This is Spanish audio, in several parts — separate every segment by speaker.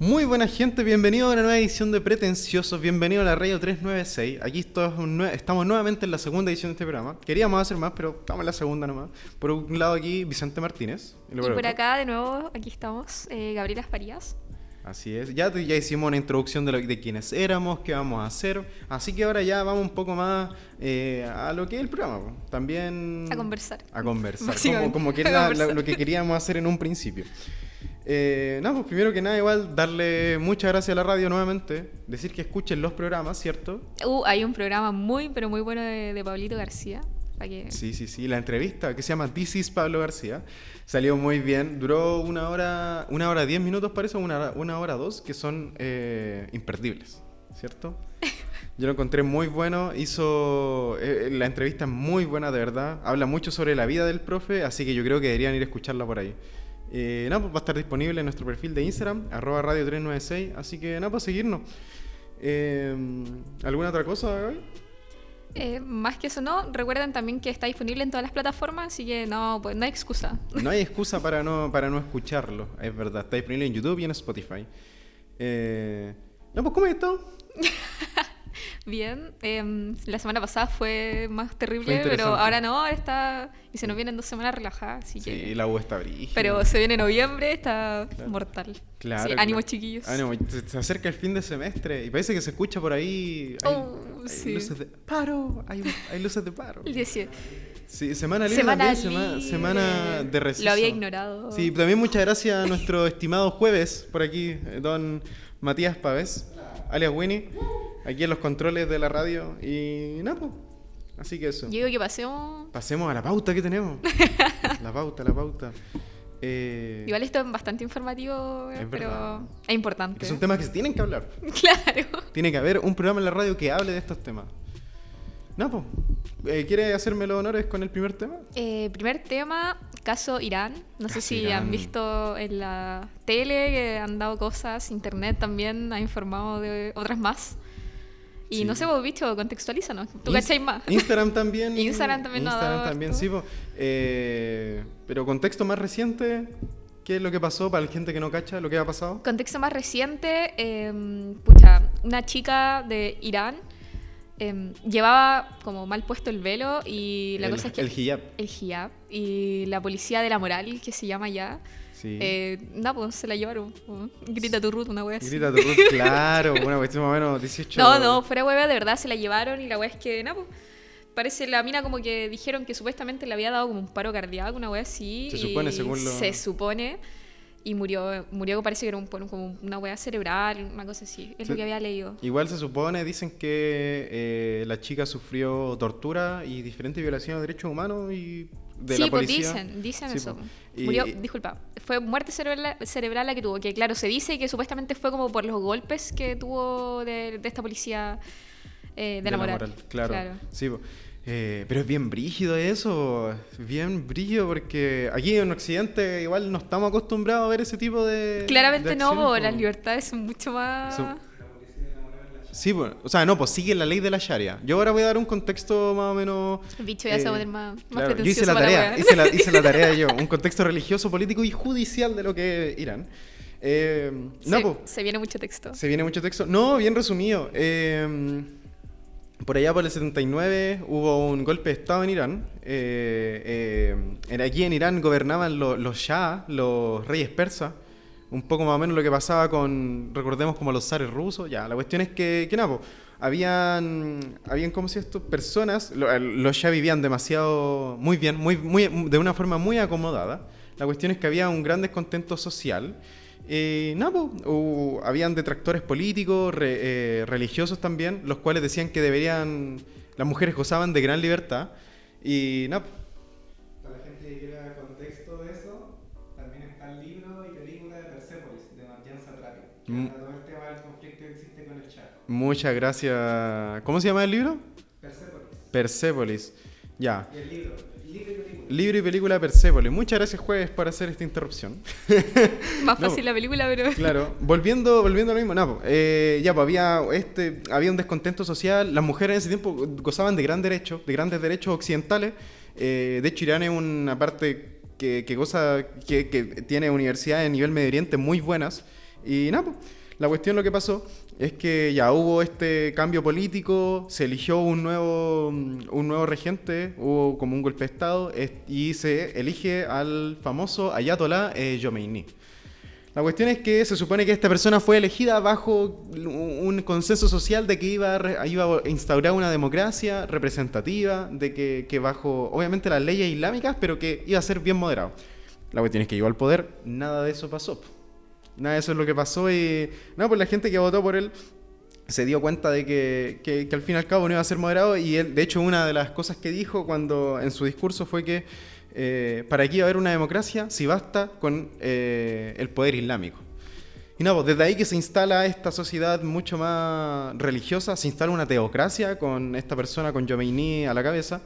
Speaker 1: Muy buena gente, bienvenido a una nueva edición de Pretenciosos, bienvenido a la Radio 396. Aquí esto es un nue- estamos nuevamente en la segunda edición de este programa. Queríamos hacer más, pero estamos en la segunda nomás. Por un lado aquí Vicente Martínez.
Speaker 2: Y
Speaker 1: luego el
Speaker 2: por
Speaker 1: otro.
Speaker 2: acá, de nuevo, aquí estamos, eh, Gabriela Farías.
Speaker 1: Así es, ya, ya hicimos una introducción de, lo- de quiénes éramos, qué vamos a hacer, así que ahora ya vamos un poco más eh, a lo que es el programa, po. también...
Speaker 2: A conversar.
Speaker 1: A conversar, como,
Speaker 2: Básicamente,
Speaker 1: como que
Speaker 2: a
Speaker 1: era la-
Speaker 2: conversar.
Speaker 1: lo que queríamos hacer en un principio. Eh, nada, pues primero que nada igual darle muchas gracias a la radio nuevamente, decir que escuchen los programas, ¿cierto?
Speaker 2: Uh, hay un programa muy, pero muy bueno de, de Pablito García. para que-
Speaker 1: Sí, sí, sí, la entrevista que se llama This is Pablo García salió muy bien, duró una hora, una hora diez minutos parece, una hora, una hora dos, que son eh, imperdibles, ¿cierto? Yo lo encontré muy bueno, hizo eh, la entrevista es muy buena de verdad, habla mucho sobre la vida del profe, así que yo creo que deberían ir a escucharla por ahí. Eh, nada, pues va a estar disponible en nuestro perfil de Instagram, arroba radio 396, así que nada, pues seguirnos. Eh, ¿Alguna otra cosa, Gaby?
Speaker 2: Eh, más que eso, no. Recuerden también que está disponible en todas las plataformas, así que no, pues, no hay excusa.
Speaker 1: No hay excusa para no, para no escucharlo, es verdad. Está disponible en YouTube y en Spotify. Eh, no, pues ¿cómo es esto?
Speaker 2: Bien, eh, la semana pasada fue más terrible, pero
Speaker 1: interesante.
Speaker 2: ahora no, ahora está. Y se nos vienen dos semanas relajadas, así que.
Speaker 1: Sí, la U está brígida.
Speaker 2: Pero se viene noviembre, está
Speaker 1: Claro.
Speaker 2: mortal.
Speaker 1: Claro.
Speaker 2: Sí,
Speaker 1: claro.
Speaker 2: ánimo, chiquillos.
Speaker 1: Ánimo, se, se acerca el fin de semestre y parece que se escucha por ahí. Hay,
Speaker 2: Oh,
Speaker 1: hay
Speaker 2: sí.
Speaker 1: luces de paro, hay, hay luces de paro.
Speaker 2: El 18.
Speaker 1: Sí, semana libre
Speaker 2: Semana
Speaker 1: también, sema-
Speaker 2: libre.
Speaker 1: semana de receso.
Speaker 2: Lo había ignorado.
Speaker 1: Sí, también muchas gracias a nuestro estimado jueves por aquí, eh, don Matías Pavés, alias Winnie, aquí en los controles de la radio y Napo. Así que eso.
Speaker 2: Yo digo que pasemos.
Speaker 1: Pasemos a la pauta que tenemos. La pauta, la pauta. Eh,
Speaker 2: Igual esto es bastante informativo,
Speaker 1: Es verdad.
Speaker 2: pero es importante.
Speaker 1: que son temas que se tienen que hablar.
Speaker 2: ¿eh? Claro.
Speaker 1: Tiene que haber un programa en la radio que hable de estos temas. Napo, eh, ¿quiere hacerme los honores con el primer tema?
Speaker 2: Eh, primer tema, caso Irán. No sé
Speaker 1: Caso
Speaker 2: si
Speaker 1: Irán.
Speaker 2: han visto en la tele que han dado cosas, internet también ha informado de otras más. Y
Speaker 1: Sí.
Speaker 2: no sé, vos, bicho, contextualízanos. Tú
Speaker 1: Inst-
Speaker 2: cachai más.
Speaker 1: Instagram también.
Speaker 2: Instagram también no ha
Speaker 1: Instagram
Speaker 2: dado
Speaker 1: también,
Speaker 2: harto.
Speaker 1: sí. po. Eh, pero contexto más reciente, ¿qué es lo que pasó para la gente que no cacha lo que ha pasado?
Speaker 2: Contexto más reciente, eh, pucha, una chica de Irán eh, llevaba como mal puesto el velo y la
Speaker 1: el,
Speaker 2: cosa es que...
Speaker 1: el hijab.
Speaker 2: el hijab y la policía de la moral que se llama ya.
Speaker 1: Sí.
Speaker 2: Eh, no, pues se la llevaron. po. Grita tu ruta, una wea así.
Speaker 1: Grita tu Ruth, claro, una cuestión más o menos 18.
Speaker 2: No, no, fuera hueva, de verdad se la llevaron y la wea es que, no, pues, parece la mina como que dijeron que supuestamente le había dado como un paro cardíaco, una wea así.
Speaker 1: Se
Speaker 2: y
Speaker 1: supone, según lo-
Speaker 2: Se supone. Y murió, murió parece que era un, por un- como una wea cerebral, una cosa así. Es
Speaker 1: Se-
Speaker 2: lo que había leído.
Speaker 1: Igual se supone, dicen que eh, la chica sufrió tortura y diferentes violaciones de derechos humanos y de
Speaker 2: sí,
Speaker 1: la
Speaker 2: pues
Speaker 1: policía.
Speaker 2: dicen, dicen
Speaker 1: Sí,
Speaker 2: eso.
Speaker 1: pues. Y-
Speaker 2: Murió,
Speaker 1: y-
Speaker 2: disculpa, fue muerte cerebral, cerebral la que tuvo, que claro, se dice que supuestamente fue como por los golpes que tuvo de, de esta policía eh, de, la moral.
Speaker 1: claro. Sí, po. Eh, pero es bien brígido eso, es bien brígido porque aquí en Occidente igual no estamos acostumbrados a ver ese tipo de... Eh,
Speaker 2: Claramente
Speaker 1: de
Speaker 2: no,
Speaker 1: acciones,
Speaker 2: po,
Speaker 1: po.
Speaker 2: las libertades son mucho más...
Speaker 1: Son- Sí, po. o sea, no, pues sigue la ley de la Sharia. Yo ahora voy a dar un contexto más o menos...
Speaker 2: El bicho ya se va a poner más- más
Speaker 1: Eh, claro, Yo hice
Speaker 2: pretencioso
Speaker 1: la
Speaker 2: para la
Speaker 1: tarea,
Speaker 2: wea.
Speaker 1: hice la, hice la tarea yo, un contexto religioso, político y judicial de lo que es Irán. Eh, no,
Speaker 2: se,
Speaker 1: po.
Speaker 2: se viene mucho texto.
Speaker 1: Se viene mucho texto. No, bien resumido. Eh, por allá por el 79 hubo un golpe de Estado en Irán. Eh, eh, en- aquí en Irán gobernaban lo- los Shah, los reyes persas. Un poco más o menos lo que pasaba con, recordemos, como los zares rusos. Ya, la cuestión es que, que nada, po, habían, habían, ¿cómo se dice esto? Personas, lo- eh, los Shah vivían demasiado, muy bien, muy, muy, de una forma muy acomodada. La cuestión es que había un gran descontento social. Eh, nada, po, hu- habían detractores políticos, re- eh, religiosos también, los cuales decían que deberían, las mujeres gozaban de gran libertad. Y nada, po,
Speaker 3: Para la gente que quiera contexto de eso, también está el libro y película de Persepolis, de Marjan Satrapi, que
Speaker 1: Mm.
Speaker 3: trata todo el tema del conflicto que existe con el Shah.
Speaker 1: muchas gracias. ¿Cómo se llama el libro?
Speaker 3: Persepolis.
Speaker 1: Persépolis. Ya.
Speaker 3: Y el libro, libro y película.
Speaker 1: Libro y película Persépolis. Muchas gracias, Jueves, por hacer esta interrupción.
Speaker 2: Más
Speaker 1: no,
Speaker 2: fácil la película, pero...
Speaker 1: Claro, volviendo, volviendo a lo mismo, Napo. eh, ya, pues había, este, había un descontento social. Las mujeres en ese tiempo gozaban de gran derecho, de grandes derechos occidentales. Eh, de hecho, Irán es una parte que, que goza, que, que tiene universidades a nivel Medio Oriente muy buenas. Y nada, pues, la cuestión lo que pasó es que ya hubo este cambio político, se eligió un nuevo, un nuevo regente, hubo como un golpe de Estado es- y se elige al famoso Ayatollah eh, Khomeini. La cuestión es que se supone que esta persona fue elegida bajo un consenso social de que iba a, re- iba a instaurar una democracia representativa, de que, que bajo, obviamente, las leyes islámicas, pero que iba a ser bien moderado. La cuestión es que llegó al poder, nada de eso pasó. po. Nada de eso es lo que pasó y... No, pues la gente que votó por él se dio cuenta de que, que- que al fin y al cabo no iba a ser moderado y él, de hecho una de las cosas que dijo cuando en su discurso fue que eh, para aquí va a haber una democracia si basta con eh, el poder islámico. Y nada, pues, desde ahí que se instala esta sociedad mucho más religiosa, se instala una teocracia con esta persona, con Khomeini a la cabeza.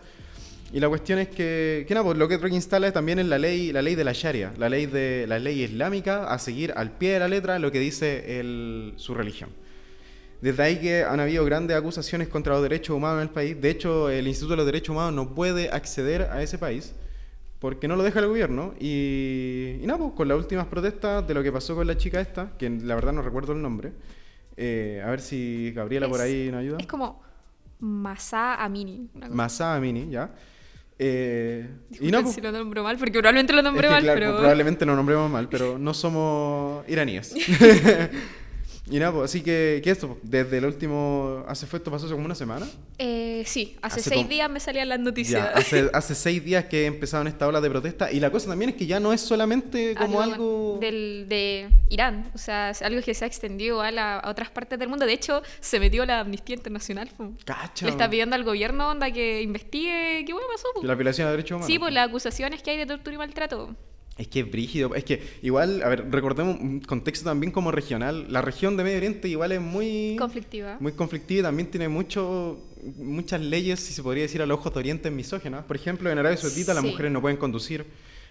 Speaker 1: Y la cuestión es que, que nada, pues, lo que creo que instala es también en la ley, la ley de la Sharia, la ley de la ley islámica, a seguir al pie de la letra lo que dice el- su religión. Desde ahí que han habido grandes acusaciones contra los derechos humanos en el país. De hecho, el Instituto de los Derechos Humanos no puede acceder a ese país porque no lo deja el gobierno. Y, y nada, pues con las últimas protestas de lo que pasó con la chica esta, que la verdad no recuerdo el nombre. Eh, a ver si Gabriela por
Speaker 2: Es-
Speaker 1: ahí nos ayuda.
Speaker 2: Es como Masá Amini. una cosa.
Speaker 1: Masada Mini, ya. Eh, y
Speaker 2: Disculpen
Speaker 1: no, pues,
Speaker 2: si lo nombro mal, porque probablemente lo nombré
Speaker 1: es que,
Speaker 2: mal,
Speaker 1: claro,
Speaker 2: pero...
Speaker 1: probablemente lo nombremos mal, pero no somos iraníes. y nada, pues, así que, que esto, pues, desde el último, hace fue esto pasó hace como una semana.
Speaker 2: Eh, sí, hace,
Speaker 1: Hace
Speaker 2: seis
Speaker 1: como-
Speaker 2: días me salían las noticias.
Speaker 1: Ya, hace, hace seis días que empezaron esta ola de protesta y la cosa también es que ya no es solamente como algo...
Speaker 2: Ah, del, de Irán, o sea, es algo que se ha extendido a, la- a otras partes del mundo. De hecho, se metió la Amnistía Internacional. po.
Speaker 1: Cacha,
Speaker 2: Le está pidiendo al gobierno onda que investigue qué hueá pasó. po.
Speaker 1: La violación de derechos humanos.
Speaker 2: Sí, pues, por las acusaciones que hay de tortura y maltrato.
Speaker 1: Es que es brígido, es que igual, a ver, recordemos un contexto también como regional. La región de Medio Oriente igual es muy...
Speaker 2: Conflictiva.
Speaker 1: Muy conflictiva y también tiene mucho, muchas leyes, si se podría decir, a los ojos de Oriente misógenas. Por ejemplo, en Arabia Saudita las
Speaker 2: Sí.
Speaker 1: mujeres no pueden conducir,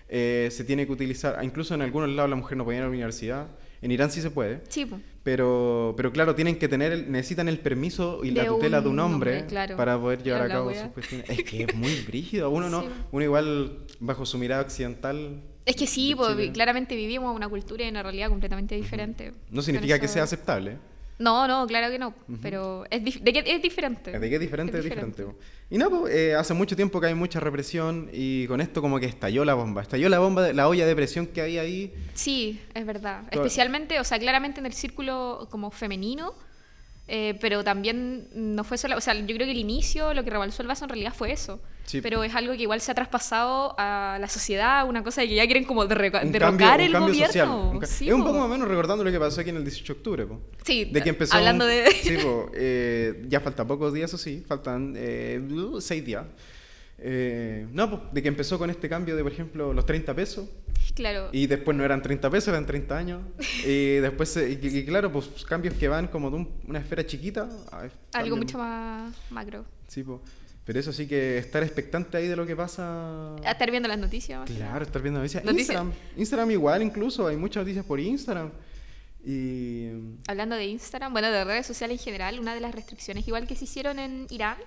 Speaker 1: eh, se tiene que utilizar, incluso en algunos lados la mujer no puede ir a la universidad. En Irán sí se puede,
Speaker 2: Sí, po.
Speaker 1: pero, pero claro, tienen que tener, el- necesitan el permiso y la
Speaker 2: De
Speaker 1: tutela de un
Speaker 2: un
Speaker 1: hombre,
Speaker 2: hombre, claro.
Speaker 1: para poder llevar a
Speaker 2: Claro,
Speaker 1: cabo
Speaker 2: la wea.
Speaker 1: sus cuestiones. Es que es muy brígido, uno no,
Speaker 2: Sí.
Speaker 1: uno igual bajo su mirada occidental.
Speaker 2: Es que sí,
Speaker 1: de
Speaker 2: po,
Speaker 1: Chile.
Speaker 2: claramente vivimos una cultura y una realidad completamente diferente.
Speaker 1: No significa
Speaker 2: Con
Speaker 1: que
Speaker 2: eso-
Speaker 1: sea aceptable.
Speaker 2: No, no, claro que no. Pero es, dif- de que es diferente.
Speaker 1: ¿De qué es diferente? Es
Speaker 2: Es
Speaker 1: diferente.
Speaker 2: diferente.
Speaker 1: po. Y no, po, eh, hace mucho tiempo que hay mucha represión y con esto como que estalló la bomba. Estalló la bomba, de, la olla de presión que hay ahí.
Speaker 2: Sí, es verdad.
Speaker 1: Todo-
Speaker 2: Especialmente, o sea, claramente en el círculo como femenino, eh, pero también no fue solo, o sea, yo creo que el inicio, lo que rebalsó el vaso en realidad fue eso.
Speaker 1: Sí.
Speaker 2: Pero es algo que igual se ha traspasado a la sociedad, una cosa de que ya quieren como derroca-
Speaker 1: Un
Speaker 2: derrocar
Speaker 1: cambio, un
Speaker 2: el
Speaker 1: cambio
Speaker 2: gobierno.
Speaker 1: social. un ca-
Speaker 2: Sí,
Speaker 1: es un
Speaker 2: po.
Speaker 1: poco más o menos recordando lo que pasó aquí en el 18 de octubre. po.
Speaker 2: Sí,
Speaker 1: De que empezó.
Speaker 2: hablando
Speaker 1: un-
Speaker 2: de...
Speaker 1: Sí, po, eh, ya falta pocos días, eso sí, faltan eh, uh, seis días. Eh, no, pues, de que empezó con este cambio de, por ejemplo, los 30 pesos.
Speaker 2: claro.
Speaker 1: Y después no eran 30 pesos, eran 30 años. Y después, se- y, y claro, pues cambios que van como de un- una esfera chiquita a
Speaker 2: Algo
Speaker 1: cambios-
Speaker 2: mucho más macro.
Speaker 1: Sí, po. pero eso sí que estar expectante ahí de lo que pasa.
Speaker 2: A estar viendo Ah, las noticias. más que nada.
Speaker 1: Ah. Claro, estar viendo noticias.
Speaker 2: Noticias.
Speaker 1: Instagram, Instagram igual incluso, hay muchas noticias por Instagram. Y mm,
Speaker 2: Hablando de Instagram, bueno, de redes sociales en general, una de las restricciones igual que se hicieron en Irán,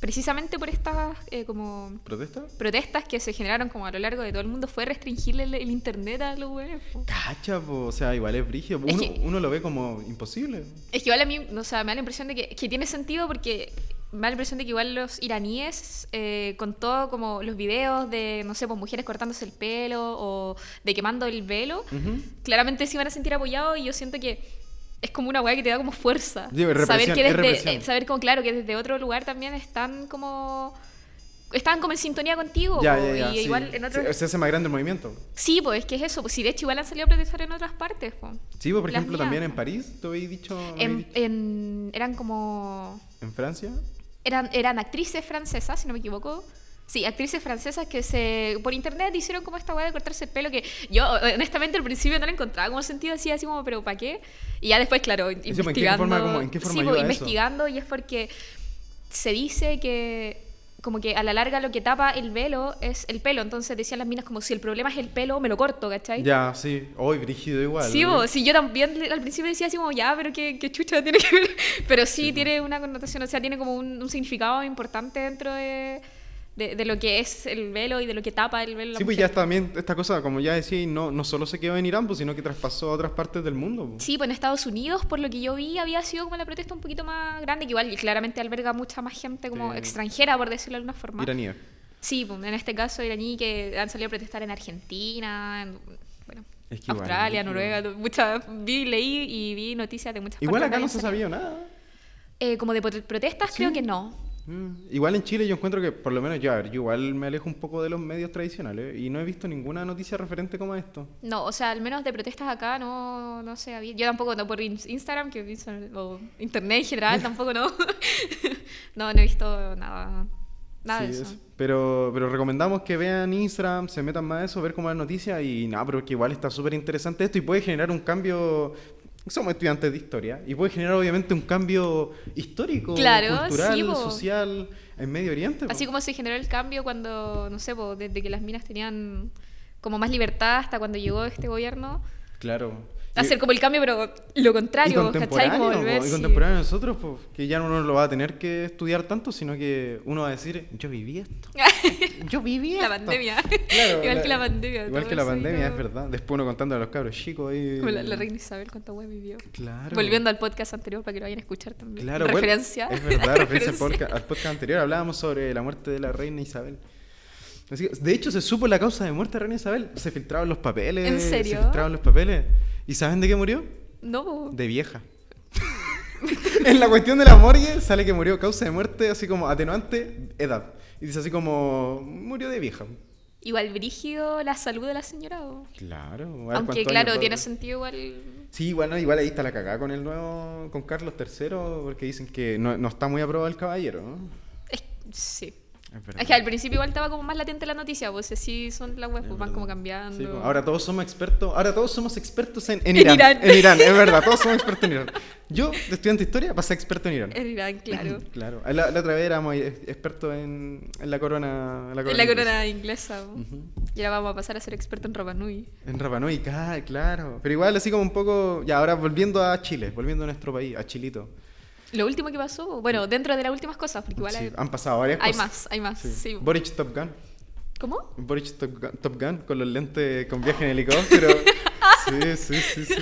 Speaker 2: precisamente por estas eh, como
Speaker 1: protesta.
Speaker 2: protestas que se generaron como a lo largo de todo el mundo fue restringirle el, el internet a los weones. po.
Speaker 1: Cacha, po. o sea, igual es brígido. Uno,
Speaker 2: Es que-
Speaker 1: uno lo ve como imposible.
Speaker 2: Es que igual a mí, no, o sea, me da la impresión de que, que tiene sentido porque me da la impresión de que igual los iraníes, eh, con todo como los videos de, no sé, pues mujeres cortándose el pelo o de quemando el velo,
Speaker 1: Ujú.
Speaker 2: claramente se van a sentir apoyados y yo siento que es como una weá que te da como fuerza.
Speaker 1: Sí, es
Speaker 2: saber
Speaker 1: represión,
Speaker 2: que
Speaker 1: es
Speaker 2: desde,
Speaker 1: represión.
Speaker 2: eh, saber como claro que desde otro lugar también están como están como en sintonía contigo
Speaker 1: Ya,
Speaker 2: po,
Speaker 1: ya, ya,
Speaker 2: Oh, y
Speaker 1: sí.
Speaker 2: igual en otros
Speaker 1: se, se hace más grande el movimiento.
Speaker 2: Sí, pues es que es eso. Pues, si de hecho igual han salido a protestar en otras partes. po.
Speaker 1: Sí, po, por
Speaker 2: Las
Speaker 1: ejemplo,
Speaker 2: mías,
Speaker 1: también en
Speaker 2: po.
Speaker 1: París, te habéis dicho. me habéis
Speaker 2: En,
Speaker 1: dicho-
Speaker 2: en- eran como.
Speaker 1: en Francia.
Speaker 2: Eran, eran actrices francesas, si no me equivoco. Sí, actrices francesas que se por internet hicieron como esta weá de cortarse el pelo que yo honestamente al principio no la encontraba como sentido así, así como, pero ¿para qué? Y ya después, claro,
Speaker 1: pues, ¿en qué
Speaker 2: investigando.
Speaker 1: forma- como- en qué forma
Speaker 2: sí, po,
Speaker 1: ayuda eso?
Speaker 2: investigando y es porque se dice que como que a la larga lo que tapa el velo es el pelo. Entonces decían las minas como si el problema es el pelo, me lo corto, ¿cachai?
Speaker 1: Ya, sí. Hoy brígido igual.
Speaker 2: Sí,
Speaker 1: ¿eh?
Speaker 2: vos, sí, yo también le- al principio decía así como, ya, pero qué, qué chucha tiene que ver. Pero sí, tiene una connotación, o sea, tiene como un, un significado importante dentro de, de, de lo que es el velo y de lo que tapa el velo. a la
Speaker 1: Sí, pues
Speaker 2: mujer.
Speaker 1: ya también esta cosa, como ya decía, no, no solo se quedó en Irán, pues, sino que traspasó a otras partes del mundo. pues.
Speaker 2: Sí, pues en Estados Unidos, por lo que yo vi, había sido como la protesta un poquito más grande, que igual claramente alberga mucha más gente como
Speaker 1: Sí.
Speaker 2: extranjera, por decirlo de alguna forma.
Speaker 1: Iranía.
Speaker 2: Sí, pues en este caso iraní que han salido a protestar en Argentina, en bueno,
Speaker 1: Es que igual,
Speaker 2: Australia,
Speaker 1: es que
Speaker 2: Noruega, muchas, vi, leí y vi noticias de muchas
Speaker 1: Igual
Speaker 2: partes
Speaker 1: acá
Speaker 2: donde
Speaker 1: no se
Speaker 2: hayan salido.
Speaker 1: sabía nada.
Speaker 2: Eh, como de pot- protestas,
Speaker 1: Sí.
Speaker 2: creo que no.
Speaker 1: Mm, Igual en Chile yo encuentro que, por lo menos yo, a ver, yo igual me alejo un poco de los medios tradicionales y no he visto ninguna noticia referente como a esto.
Speaker 2: No, o sea, al menos de protestas acá no, no sé, había- yo tampoco, no por in- Instagram, que pienso- o internet en general, tampoco no. no, no he visto nada, nada de
Speaker 1: Sí,
Speaker 2: eso.
Speaker 1: eso. Pero, pero recomendamos que vean Instagram, se metan más a eso, ver como las noticias y nada, pero que igual está súper interesante esto y puede generar un cambio. Somos estudiantes de historia y puede generar obviamente un cambio histórico,
Speaker 2: Claro,
Speaker 1: cultural,
Speaker 2: sí, po.
Speaker 1: social en Medio Oriente. po.
Speaker 2: Así como se generó el cambio cuando, no sé, po, desde que las minas tenían como más libertad hasta cuando llegó este gobierno,
Speaker 1: Claro. Y-
Speaker 2: hacer como el cambio, pero lo
Speaker 1: y
Speaker 2: contrario, ¿cachai?
Speaker 1: contemporáneo,
Speaker 2: Como
Speaker 1: po,
Speaker 2: volver,
Speaker 1: y
Speaker 2: sí.
Speaker 1: contemporáneo a nosotros, po, que ya uno no lo va a tener que estudiar tanto, sino que uno va a decir, yo viví esto. Yo viví
Speaker 2: La
Speaker 1: esto.
Speaker 2: pandemia.
Speaker 1: Claro,
Speaker 2: Igual que la pandemia,
Speaker 1: Igual
Speaker 2: todo
Speaker 1: que la
Speaker 2: eso y
Speaker 1: pandemia,
Speaker 2: todo.
Speaker 1: es verdad. Después uno contando a los cabros chicos ahí.
Speaker 2: Como la, la reina Isabel, cuánta wea vivió.
Speaker 1: Eh, Claro.
Speaker 2: Volviendo al podcast anterior para que lo vayan a escuchar también.
Speaker 1: Claro, bueno,
Speaker 2: referencia.
Speaker 1: es verdad, referencia al
Speaker 2: Referencia.
Speaker 1: podca- al podcast, anterior. Hablábamos sobre la muerte de la reina Isabel. Así que, de hecho, se supo la causa de muerte de la reina Isabel. Se filtraban los papeles.
Speaker 2: ¿En serio?
Speaker 1: Se filtraban los papeles. ¿Y saben de qué murió?
Speaker 2: No, po.
Speaker 1: De vieja. en la cuestión de la morgue sale que murió causa de muerte, así como atenuante, edad. Y dice así como, murió de vieja.
Speaker 2: igual brígido la salud de la señora. o-
Speaker 1: Claro. a ver cuántos
Speaker 2: Aunque
Speaker 1: años
Speaker 2: claro,
Speaker 1: va-
Speaker 2: tiene sentido igual.
Speaker 1: Sí, igual, no, igual ahí está la cagada con el nuevo, con Carlos III, porque dicen que no, no está muy aprobado el caballero, ¿no?
Speaker 2: es- sí.
Speaker 1: Es
Speaker 2: Es que al principio igual estaba como más latente la noticia, pues así son las weas, pues van como cambiando.
Speaker 1: Eh, Sí, pues, ahora todos somos expertos, ahora todos somos expertos en, en
Speaker 2: En
Speaker 1: Irán. En Irán.
Speaker 2: Irán.
Speaker 1: es verdad, todos somos expertos en Irán. Yo, de estudiante de historia, pasé a experto en Irán.
Speaker 2: En Irán, claro.
Speaker 1: Claro. La, la otra vez éramos ex- expertos en, en la corona. En la
Speaker 2: En
Speaker 1: corona.
Speaker 2: la
Speaker 1: inglesa.
Speaker 2: corona inglesa. po.
Speaker 1: Ujú.
Speaker 2: Y ahora vamos a pasar a ser experto en Rapa Nui.
Speaker 1: En Rapa Nui, ca- claro. Pero igual así como un poco. Ya, ahora volviendo a Chile, volviendo a nuestro país, a Chilito.
Speaker 2: Lo último que pasó, po, bueno, dentro de las últimas cosas, porque igual
Speaker 1: Sí,
Speaker 2: hay,
Speaker 1: han pasado varias
Speaker 2: hay
Speaker 1: cosas.
Speaker 2: más, hay más.
Speaker 1: Sí.
Speaker 2: sí, po.
Speaker 1: Boric Top Gun.
Speaker 2: ¿Cómo?
Speaker 1: Boric Top Gun, Top Gun con los lentes con viaje en helicóptero. sí, sí, sí, sí.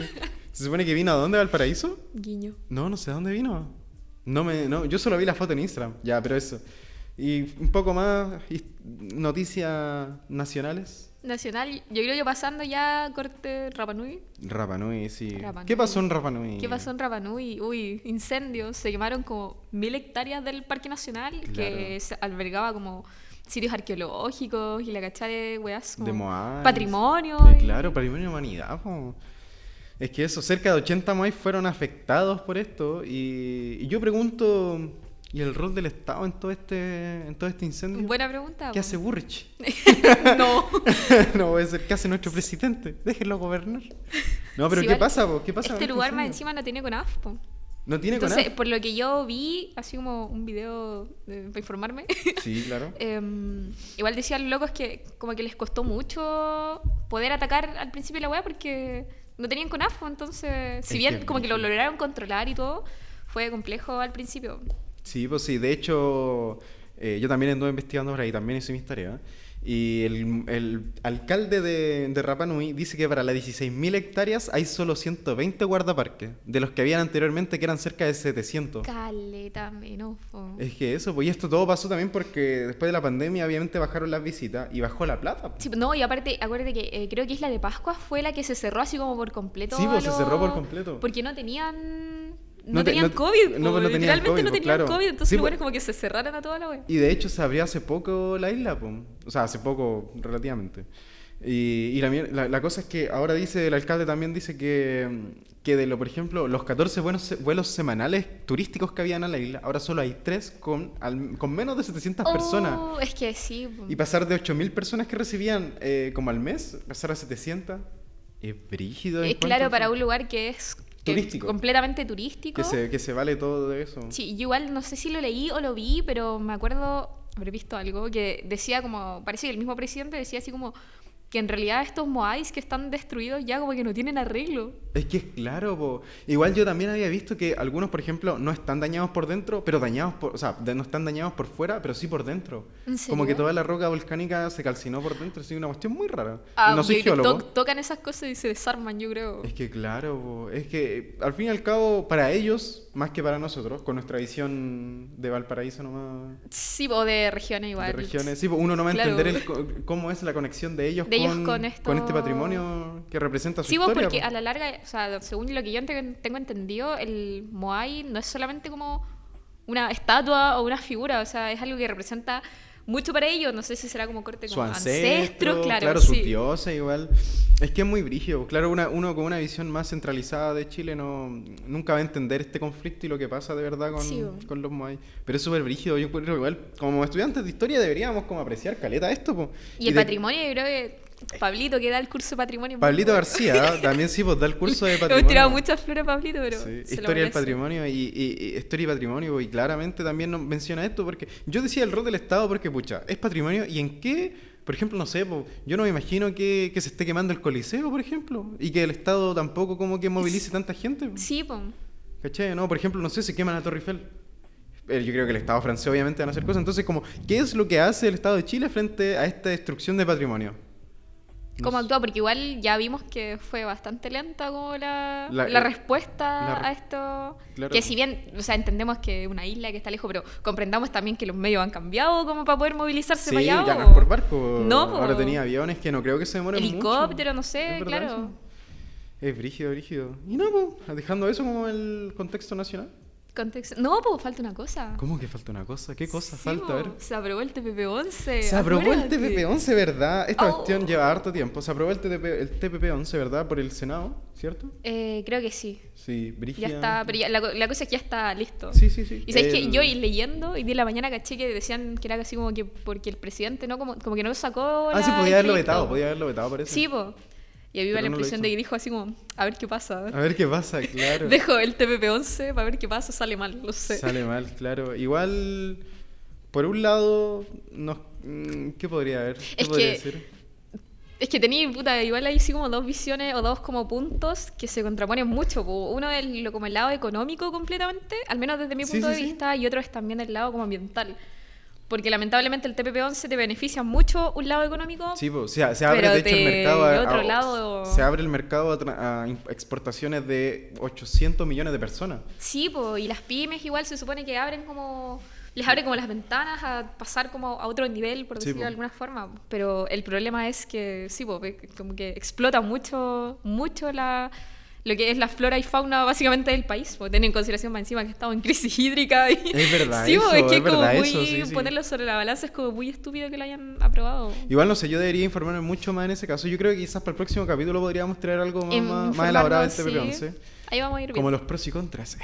Speaker 1: Se supone que vino a dónde, Valparaíso?
Speaker 2: Guiño.
Speaker 1: No, no sé a dónde vino. No me, no, yo solo vi la foto en Instagram. Ya, pero eso. Y un poco más his- noticias nacionales.
Speaker 2: Nacional, yo creo que pasando ya corte Rapa Nui.
Speaker 1: Rapa Nui, sí.
Speaker 2: Rapa
Speaker 1: ¿Qué
Speaker 2: Nui.
Speaker 1: pasó en Rapa Nui?
Speaker 2: ¿Qué pasó en Rapa Nui? Uy, incendios. Se quemaron como mil hectáreas del Parque Nacional que
Speaker 1: Claro.
Speaker 2: se albergaba como sitios arqueológicos y la cachá de weas. como
Speaker 1: De Moai.
Speaker 2: Patrimonio.
Speaker 1: Sí,
Speaker 2: y-
Speaker 1: claro, patrimonio de humanidad. po. Es que eso, cerca de 80 Moai fueron afectados por esto. Y, y yo pregunto, ¿y el rol del Estado en todo este, en todo este incendio?
Speaker 2: Buena pregunta.
Speaker 1: ¿Qué
Speaker 2: po.
Speaker 1: hace Burrich?
Speaker 2: no.
Speaker 1: no puede ser, ¿qué hace nuestro presidente? Déjenlo gobernar. No, pero
Speaker 2: Sí,
Speaker 1: ¿qué
Speaker 2: igual,
Speaker 1: pasa? po? ¿Qué pasa? con
Speaker 2: Este lugar más
Speaker 1: incendio?
Speaker 2: encima no tiene CONAF. po.
Speaker 1: No tiene con
Speaker 2: Entonces,
Speaker 1: nada.
Speaker 2: por lo que yo vi, así como un video eh, para informarme,
Speaker 1: Sí, claro.
Speaker 2: Em, igual decían los locos que como que les costó mucho poder atacar al principio la weá porque no tenían conafo, entonces, si
Speaker 1: Es
Speaker 2: bien
Speaker 1: que es
Speaker 2: como que lo
Speaker 1: brígido.
Speaker 2: lograron controlar y todo, fue complejo al principio.
Speaker 1: Sí, pues sí. De hecho, eh, yo también anduve investigando por ahí, también hice mis tareas. Y el, el alcalde de, de Rapa Nui dice que para las 16.000 hectáreas hay solo 120 guardaparques, de los que habían anteriormente, que eran cerca de 700.
Speaker 2: Caleta menos. po.
Speaker 1: Es que eso, pues, y esto todo pasó también porque después de la pandemia, obviamente bajaron las visitas y bajó la plata. pues.
Speaker 2: Sí, no, y aparte, acuérdate que eh, creo que Isla de Pascua fue la que se cerró así como por completo.
Speaker 1: Sí, pues,
Speaker 2: a
Speaker 1: se cerró por completo.
Speaker 2: Porque no tenían... No,
Speaker 1: No te-
Speaker 2: tenían
Speaker 1: no-
Speaker 2: COVID,
Speaker 1: no,
Speaker 2: po,
Speaker 1: pues, no tenían
Speaker 2: literalmente
Speaker 1: COVID,
Speaker 2: no
Speaker 1: pues,
Speaker 2: tenían
Speaker 1: claro.
Speaker 2: COVID, entonces
Speaker 1: Sí,
Speaker 2: lo
Speaker 1: pues-
Speaker 2: bueno es como que se cerraron a toda la wea.
Speaker 1: Y de hecho se abrió hace poco la isla, po. o sea, hace poco relativamente. Y, y la, mier- la- la cosa es que ahora dice, el alcalde también dice que, mm, que de lo, por ejemplo, los 14 buenos se- vuelos semanales turísticos que habían a la isla, ahora solo hay 3 con, al- con menos de 700 personas.
Speaker 2: Oh, es que sí. po.
Speaker 1: Y pasar de 8.000 personas que recibían eh, como al mes, pasar a 700, es brígido.
Speaker 2: Eh,
Speaker 1: encuentro,
Speaker 2: claro, para
Speaker 1: po.
Speaker 2: un lugar que es que-
Speaker 1: Turístico.
Speaker 2: completamente turístico.
Speaker 1: Que se, que se vale todo de eso.
Speaker 2: Sí, yo igual no sé si lo leí o lo vi, pero me acuerdo haber visto algo que decía como, parece que el mismo presidente decía así como, que en realidad estos moais que están destruidos ya como que no tienen arreglo.
Speaker 1: Es que es claro, po. igual yo también había visto que algunos, por ejemplo, no están dañados por dentro, pero dañados por, o sea, de- no están dañados por fuera, pero sí por dentro.
Speaker 2: ¿En serio?
Speaker 1: Como que toda la roca volcánica se calcinó por dentro, es una cuestión muy rara.
Speaker 2: Ah,
Speaker 1: no soy
Speaker 2: yo creo que
Speaker 1: geólogo.
Speaker 2: to- tocan esas cosas y se desarman, yo creo.
Speaker 1: Es que claro, po. es que eh, al fin y al cabo, para ellos, más que para nosotros, con nuestra visión de Valparaíso nomás,
Speaker 2: Sí, o de regiones igual.
Speaker 1: de regiones, sí, po, uno no va a
Speaker 2: Claro.
Speaker 1: entender el co- cómo es la conexión de ellos,
Speaker 2: De ellos
Speaker 1: con,
Speaker 2: con esto-
Speaker 1: con este patrimonio que representa su
Speaker 2: Sí, vos,
Speaker 1: historia.
Speaker 2: porque
Speaker 1: po.
Speaker 2: a la larga, o sea, según lo que yo ente- tengo entendido, el Moai no es solamente como una estatua o una figura, o sea, es algo que representa mucho para ellos. No sé si será como corte
Speaker 1: su
Speaker 2: como
Speaker 1: ancestro,
Speaker 2: claro.
Speaker 1: sus
Speaker 2: sí.
Speaker 1: dioses igual. Es que es muy brígido. Claro, una- uno con una visión más centralizada de Chile no, nunca va a entender este conflicto y lo que pasa de verdad con,
Speaker 2: Sí, bo.
Speaker 1: con los Moai. Pero es súper brígido. Yo creo que igual, como estudiantes de historia, deberíamos como apreciar caleta esto. po.
Speaker 2: Y el
Speaker 1: de-
Speaker 2: patrimonio, yo creo que Pablito que da el curso de patrimonio. es muy
Speaker 1: Pablito
Speaker 2: bueno.
Speaker 1: García también sí, pues da el curso de
Speaker 2: Le hemos tirado
Speaker 1: patrimonio.
Speaker 2: muchas flores a Pablito, pero.
Speaker 1: Sí,
Speaker 2: se lo
Speaker 1: Historia del
Speaker 2: merece.
Speaker 1: patrimonio y, y- y historia y patrimonio, y claramente también no- menciona esto, porque yo decía el rol del Estado porque, pucha, es patrimonio, ¿y en qué? Por ejemplo, no sé, po, yo no me imagino que, que se esté quemando el Coliseo, por ejemplo, y que el Estado tampoco como que movilice tanta gente. po.
Speaker 2: Sí, po.
Speaker 1: ¿Cachai? No, por ejemplo, no sé, se quema la Torre Eiffel. Eh, Yo creo que el Estado francés obviamente van a hacer cosas. Entonces, como, ¿qué es lo que hace el Estado de Chile frente a esta destrucción de patrimonio? No
Speaker 2: ¿Cómo
Speaker 1: sé.
Speaker 2: actúa? Porque igual ya vimos que fue bastante lenta como la,
Speaker 1: La-
Speaker 2: la
Speaker 1: eh,
Speaker 2: respuesta
Speaker 1: la re-
Speaker 2: a esto.
Speaker 1: Claro.
Speaker 2: Que si bien, o sea, entendemos que es una isla que está lejos, pero comprendamos también que los medios han cambiado como para poder movilizarse
Speaker 1: Sí,
Speaker 2: para allá.
Speaker 1: ya no
Speaker 2: o-
Speaker 1: es por barco.
Speaker 2: No,
Speaker 1: Ahora
Speaker 2: po.
Speaker 1: tenía aviones que no creo que se demoren
Speaker 2: Helicóptero,
Speaker 1: mucho.
Speaker 2: no sé,
Speaker 1: Es verdad
Speaker 2: claro.
Speaker 1: eso. Es brígido, brígido. Y no, po, dejando eso como el contexto nacional.
Speaker 2: Contexto. No, pues falta una cosa.
Speaker 1: ¿Cómo que falta una cosa? ¿Qué cosa
Speaker 2: Sí,
Speaker 1: falta? A ver.
Speaker 2: po, Se aprobó el TPP-11.
Speaker 1: Se aprobó el
Speaker 2: acuérdate.
Speaker 1: TPP-11, ¿verdad? Esta
Speaker 2: Oh.
Speaker 1: cuestión lleva harto tiempo. Se aprobó el, TPP el TPP-11, ¿verdad? Por el Senado, ¿cierto?
Speaker 2: Eh, creo que sí.
Speaker 1: Sí, brígido.
Speaker 2: Ya está, pero ya- la, co- la cosa es que ya está listo.
Speaker 1: Sí, sí, sí.
Speaker 2: Y sabéis que
Speaker 1: El-
Speaker 2: yo y leyendo, y de la mañana caché que decían que era casi como que porque el presidente no como, como que no lo sacó.
Speaker 1: Ah,
Speaker 2: la-
Speaker 1: sí,
Speaker 2: el
Speaker 1: podía haberlo
Speaker 2: proyecto.
Speaker 1: vetado, podía haberlo vetado, parece.
Speaker 2: Sí, po. Y a mí me da
Speaker 1: Pero
Speaker 2: la
Speaker 1: no lo
Speaker 2: impresión
Speaker 1: hizo.
Speaker 2: de que dijo así como, a ver qué pasa. ¿eh?
Speaker 1: A ver qué pasa, claro.
Speaker 2: Dejo el TPP-11 para ver qué pasa, sale mal, no sé.
Speaker 1: Sale mal, claro. Igual, por un lado, nos, mm, ¿qué podría haber? ¿Qué
Speaker 2: Es
Speaker 1: podría
Speaker 2: que-
Speaker 1: decir?
Speaker 2: Es que tenía, puta, igual hay sí como dos visiones o dos como puntos que se contraponen mucho. po. Uno es lo, como el lado económico completamente, al menos desde mi
Speaker 1: Sí,
Speaker 2: punto
Speaker 1: sí,
Speaker 2: de
Speaker 1: sí.
Speaker 2: vista, y otro es también el lado como ambiental. Porque lamentablemente el TPP-11 te beneficia mucho un lado económico,
Speaker 1: Sí, po, se, se abre
Speaker 2: Pero
Speaker 1: de hecho el
Speaker 2: de
Speaker 1: mercado a,
Speaker 2: otro
Speaker 1: a-
Speaker 2: lado-
Speaker 1: se abre el mercado a, tra- a im- exportaciones de 800 millones de personas.
Speaker 2: Sí, po, y las pymes igual se supone que abren como les abre como las ventanas a pasar como a otro nivel, por
Speaker 1: Sí,
Speaker 2: decirlo
Speaker 1: po.
Speaker 2: de alguna forma. Pero el problema es que sí, po, que- como que explota mucho, mucho la lo que es la flora y fauna básicamente del país, po, teniendo en consideración más encima que estamos en crisis hídrica. Y...
Speaker 1: Es verdad
Speaker 2: sí, po,
Speaker 1: eso,
Speaker 2: es que
Speaker 1: es
Speaker 2: como
Speaker 1: verdad
Speaker 2: muy
Speaker 1: eso, sí, sí.
Speaker 2: ponerlo sobre la balanza es como muy estúpido que lo hayan aprobado.
Speaker 1: Igual no sé, yo debería informarme mucho más en ese caso. Yo creo que quizás para el próximo capítulo podríamos traer algo más,
Speaker 2: Em,
Speaker 1: más- más
Speaker 2: informarnos,
Speaker 1: elaborado del
Speaker 2: sí.
Speaker 1: TPP-11.
Speaker 2: Ahí vamos a ir
Speaker 1: Como
Speaker 2: viendo.
Speaker 1: los pros y contras.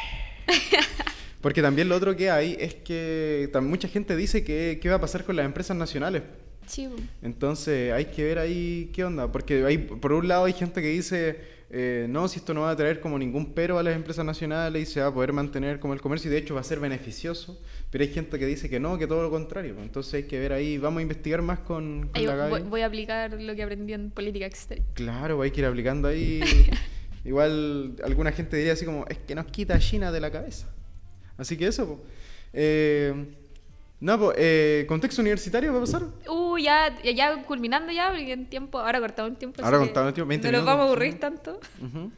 Speaker 1: Porque también lo otro que hay es que tam- mucha gente dice que qué va a pasar con las empresas nacionales.
Speaker 2: Sí, po.
Speaker 1: Entonces hay que ver ahí qué onda, porque hay, por un lado hay gente que dice, eh, no, si esto no va a traer como ningún pero a las empresas nacionales y se va a poder mantener como el comercio y de hecho va a ser beneficioso, pero hay gente que dice que no, que todo lo contrario, pues, entonces hay que ver ahí, vamos a investigar más con, con
Speaker 2: Ahí
Speaker 1: la Gaby.
Speaker 2: voy, voy a aplicar lo que aprendí en política exterior.
Speaker 1: Claro, hay que ir aplicando ahí. Igual alguna gente diría así como, es que nos quita a China de la cabeza. Así que eso, po. Eh, no, po, eh, contexto universitario va a pasar.
Speaker 2: Uh, ya, ya, ya culminando ya, porque en tiempo, ahora cortado un tiempo. así
Speaker 1: Ahora
Speaker 2: que
Speaker 1: cortado un tiempo, 20
Speaker 2: No nos
Speaker 1: minutos,
Speaker 2: vamos a
Speaker 1: sí.
Speaker 2: aburrir tanto.
Speaker 1: Ujú.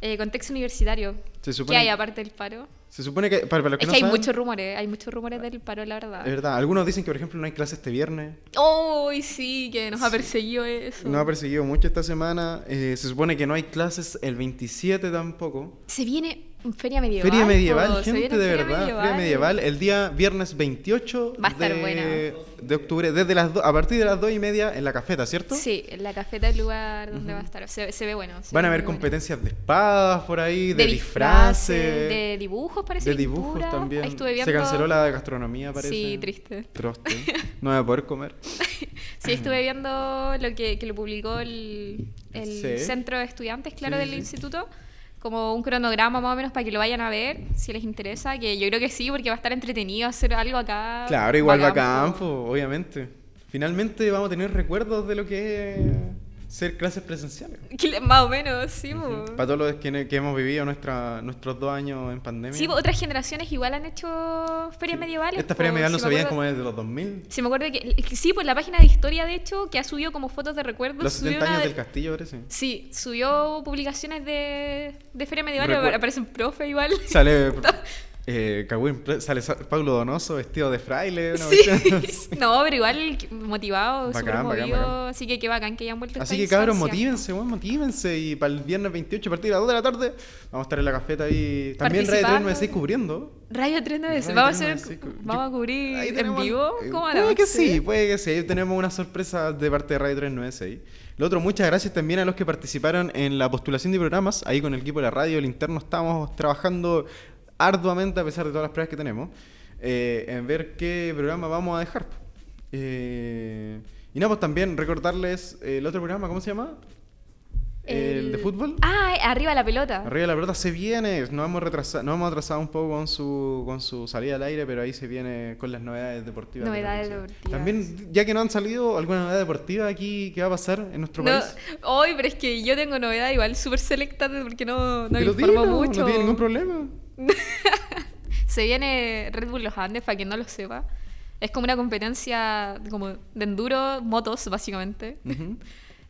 Speaker 2: Eh, contexto universitario.
Speaker 1: Se
Speaker 2: ¿Qué
Speaker 1: supone
Speaker 2: hay aparte del paro?
Speaker 1: Se supone que, para, para los que
Speaker 2: Es
Speaker 1: no
Speaker 2: que hay
Speaker 1: saben,
Speaker 2: muchos rumores, hay muchos rumores del paro, la verdad.
Speaker 1: Es verdad, algunos dicen que por ejemplo no hay clase este viernes.
Speaker 2: ¡Uy, sí! Que nos ha
Speaker 1: Sí.
Speaker 2: perseguido eso.
Speaker 1: No ha perseguido mucho esta semana. Eh, se supone que no hay clases el 27 tampoco.
Speaker 2: Se viene Feria Medieval.
Speaker 1: Feria
Speaker 2: po,
Speaker 1: medieval,
Speaker 2: se
Speaker 1: gente,
Speaker 2: viene
Speaker 1: de
Speaker 2: Feria
Speaker 1: verdad. Feria medieval, el día viernes 28
Speaker 2: Va a estar
Speaker 1: de,
Speaker 2: buena.
Speaker 1: de octubre, desde las do- a partir de las 2 y media en la cafeta, ¿cierto?
Speaker 2: Sí, en la cafeta el lugar donde va a estar. Se, se ve bueno. se
Speaker 1: Van a
Speaker 2: ve
Speaker 1: haber
Speaker 2: muy bueno.
Speaker 1: competencias de espadas por ahí, de, disfraces,
Speaker 2: de dibujos, parece.
Speaker 1: de dibujos
Speaker 2: pintura.
Speaker 1: también.
Speaker 2: Ahí estuve
Speaker 1: Se
Speaker 2: viendo-
Speaker 1: canceló la de gastronomía, parece.
Speaker 2: Sí, triste.
Speaker 1: Troste. No voy a poder comer.
Speaker 2: Sí, estuve viendo lo que, que lo publicó el, el
Speaker 1: Sí.
Speaker 2: Centro de Estudiantes, claro,
Speaker 1: Sí,
Speaker 2: del
Speaker 1: sí.
Speaker 2: instituto, como un cronograma más o menos para que lo vayan a ver, si les interesa, que yo creo que sí, porque va a estar entretenido hacer algo acá.
Speaker 1: Claro, igual va
Speaker 2: campo
Speaker 1: campo, obviamente. Finalmente vamos a tener recuerdos de lo que es ser clases presenciales.
Speaker 2: Que- Más o menos, sí. po.
Speaker 1: Para todos los que, que hemos vivido nuestra, nuestros dos años en pandemia.
Speaker 2: Sí, po, otras generaciones igual han hecho ferias medievales.
Speaker 1: Esta feria
Speaker 2: po,
Speaker 1: medieval no
Speaker 2: si
Speaker 1: se
Speaker 2: me
Speaker 1: veía
Speaker 2: acuerdo-
Speaker 1: como desde los 2000.
Speaker 2: Si me acuerdo que, que sí, pues la página de historia, de hecho, que ha subido como fotos de recuerdos.
Speaker 1: Los
Speaker 2: subió
Speaker 1: 70 años
Speaker 2: una-
Speaker 1: del castillo, parece.
Speaker 2: Sí, subió publicaciones de, de feria medieval,
Speaker 1: Recuer-
Speaker 2: aparecen profe igual.
Speaker 1: Sale. Eh, Cagüín, pre- sale Sa- Pablo Donoso vestido de fraile. una cuestión así.
Speaker 2: Sí. No, pero igual que- motivado,
Speaker 1: Bacán,
Speaker 2: súper
Speaker 1: bacán,
Speaker 2: movido.
Speaker 1: bacán.
Speaker 2: Así que qué bacán que hayan vuelto a
Speaker 1: Así
Speaker 2: esta
Speaker 1: que cabros,
Speaker 2: instancia.
Speaker 1: motívense, weón, motívense. Y para el viernes 28, a partir de las 2 de la tarde, vamos a estar en la cafeta ahí. También Radio 3
Speaker 2: Participando.
Speaker 1: me decís cubriendo.
Speaker 2: Radio 396,
Speaker 1: Radio
Speaker 2: vamos a,
Speaker 1: 396,
Speaker 2: hacer,
Speaker 1: cu-
Speaker 2: vamos a cubrir
Speaker 1: Ahí
Speaker 2: en
Speaker 1: tenemos-
Speaker 2: vivo.
Speaker 1: eh,
Speaker 2: ¿Cómo a la
Speaker 1: Puede que
Speaker 2: once?
Speaker 1: sí, puede que sí. Ahí tenemos una sorpresa de parte de Radio 396. Lo otro, muchas gracias también a los que participaron en la postulación de programas. Ahí con el equipo de la radio, el interno, estamos trabajando arduamente a pesar de todas las pruebas que tenemos. eh, en ver qué programa vamos a dejar. Eh, y nada, pues también recordarles eh, el otro programa, ¿cómo se llama? El, de fútbol.
Speaker 2: Ah, eh, arriba la pelota.
Speaker 1: Arriba la pelota se viene, nos hemos retrasado, nos hemos atrasado un poco con su, con su salida al aire, pero ahí se viene con las novedades deportivas. de la
Speaker 2: Novedades
Speaker 1: televisión.
Speaker 2: deportivas.
Speaker 1: También, ya que no han salido, alguna novedad deportiva aquí que va a pasar en nuestro
Speaker 2: No,
Speaker 1: país.
Speaker 2: hoy, pero es que yo tengo novedad igual súper selecta porque no, no me
Speaker 1: Pero
Speaker 2: informo
Speaker 1: dilo,
Speaker 2: mucho.
Speaker 1: No tiene ningún problema.
Speaker 2: Se viene Red Bull Los Andes, para quien no lo sepa. Es como una competencia como de enduro, motos, básicamente.
Speaker 1: Ujú.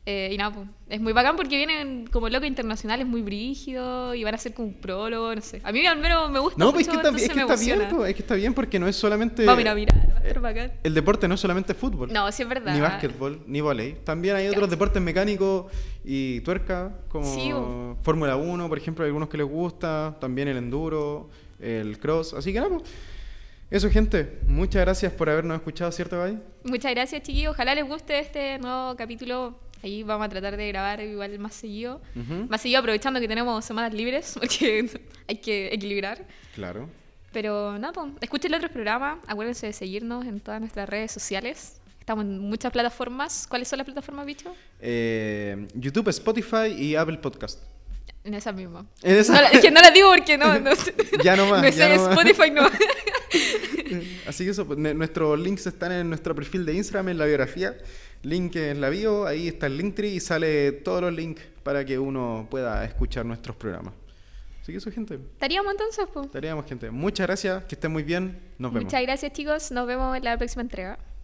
Speaker 2: Eh, y nada, pues, es muy bacán porque vienen como locos internacionales muy brígidos y van a hacer como un prólogo, no sé. A mí al menos me gusta
Speaker 1: No,
Speaker 2: mucho,
Speaker 1: pues es que está, es
Speaker 2: entonces
Speaker 1: que
Speaker 2: me
Speaker 1: está bien,
Speaker 2: emociona.
Speaker 1: po, es que está bien porque no es solamente...
Speaker 2: Vamos a ir a mirar, va a estar
Speaker 1: eh,
Speaker 2: bacán.
Speaker 1: El deporte no es solamente fútbol.
Speaker 2: No, sí es verdad.
Speaker 1: Ni básquetbol, ni volei. También hay otros deportes mecánicos y tuerca, como
Speaker 2: Sí, bo.
Speaker 1: Fórmula 1, por ejemplo, hay algunos que les gusta, también el enduro, el cross. Así que nada, pues. Eso, gente. Muchas gracias por habernos escuchado, ¿cierto, Gaby?
Speaker 2: Muchas gracias, chiquillos. Ojalá les guste este nuevo capítulo. Ahí vamos a tratar de grabar igual más seguido.
Speaker 1: Ujú.
Speaker 2: Más seguido aprovechando que tenemos semanas libres porque hay que equilibrar.
Speaker 1: Claro.
Speaker 2: Pero nada, pues, escuchen los otros programas. Acuérdense de seguirnos en todas nuestras redes sociales. Estamos en muchas plataformas. ¿Cuáles son las plataformas, bicho?
Speaker 1: Eh, YouTube, Spotify y Apple Podcast.
Speaker 2: En esas mismas.
Speaker 1: En esa-
Speaker 2: No la- es que no las digo porque no. no sé.
Speaker 1: Ya no más,
Speaker 2: Me
Speaker 1: ya
Speaker 2: sé
Speaker 1: no más.
Speaker 2: Spotify no.
Speaker 1: Así que eso, pues, n- nuestros links están en nuestro perfil de Instagram, en la biografía, link en la bio, ahí está el Linktree y sale todos los links para que uno pueda escuchar nuestros programas. Así que eso, gente.
Speaker 2: Estaríamos entonces, pues.
Speaker 1: Estaríamos, gente. Muchas gracias, que estén muy bien. Nos vemos.
Speaker 2: Muchas gracias, chicos. Nos vemos en la próxima entrega.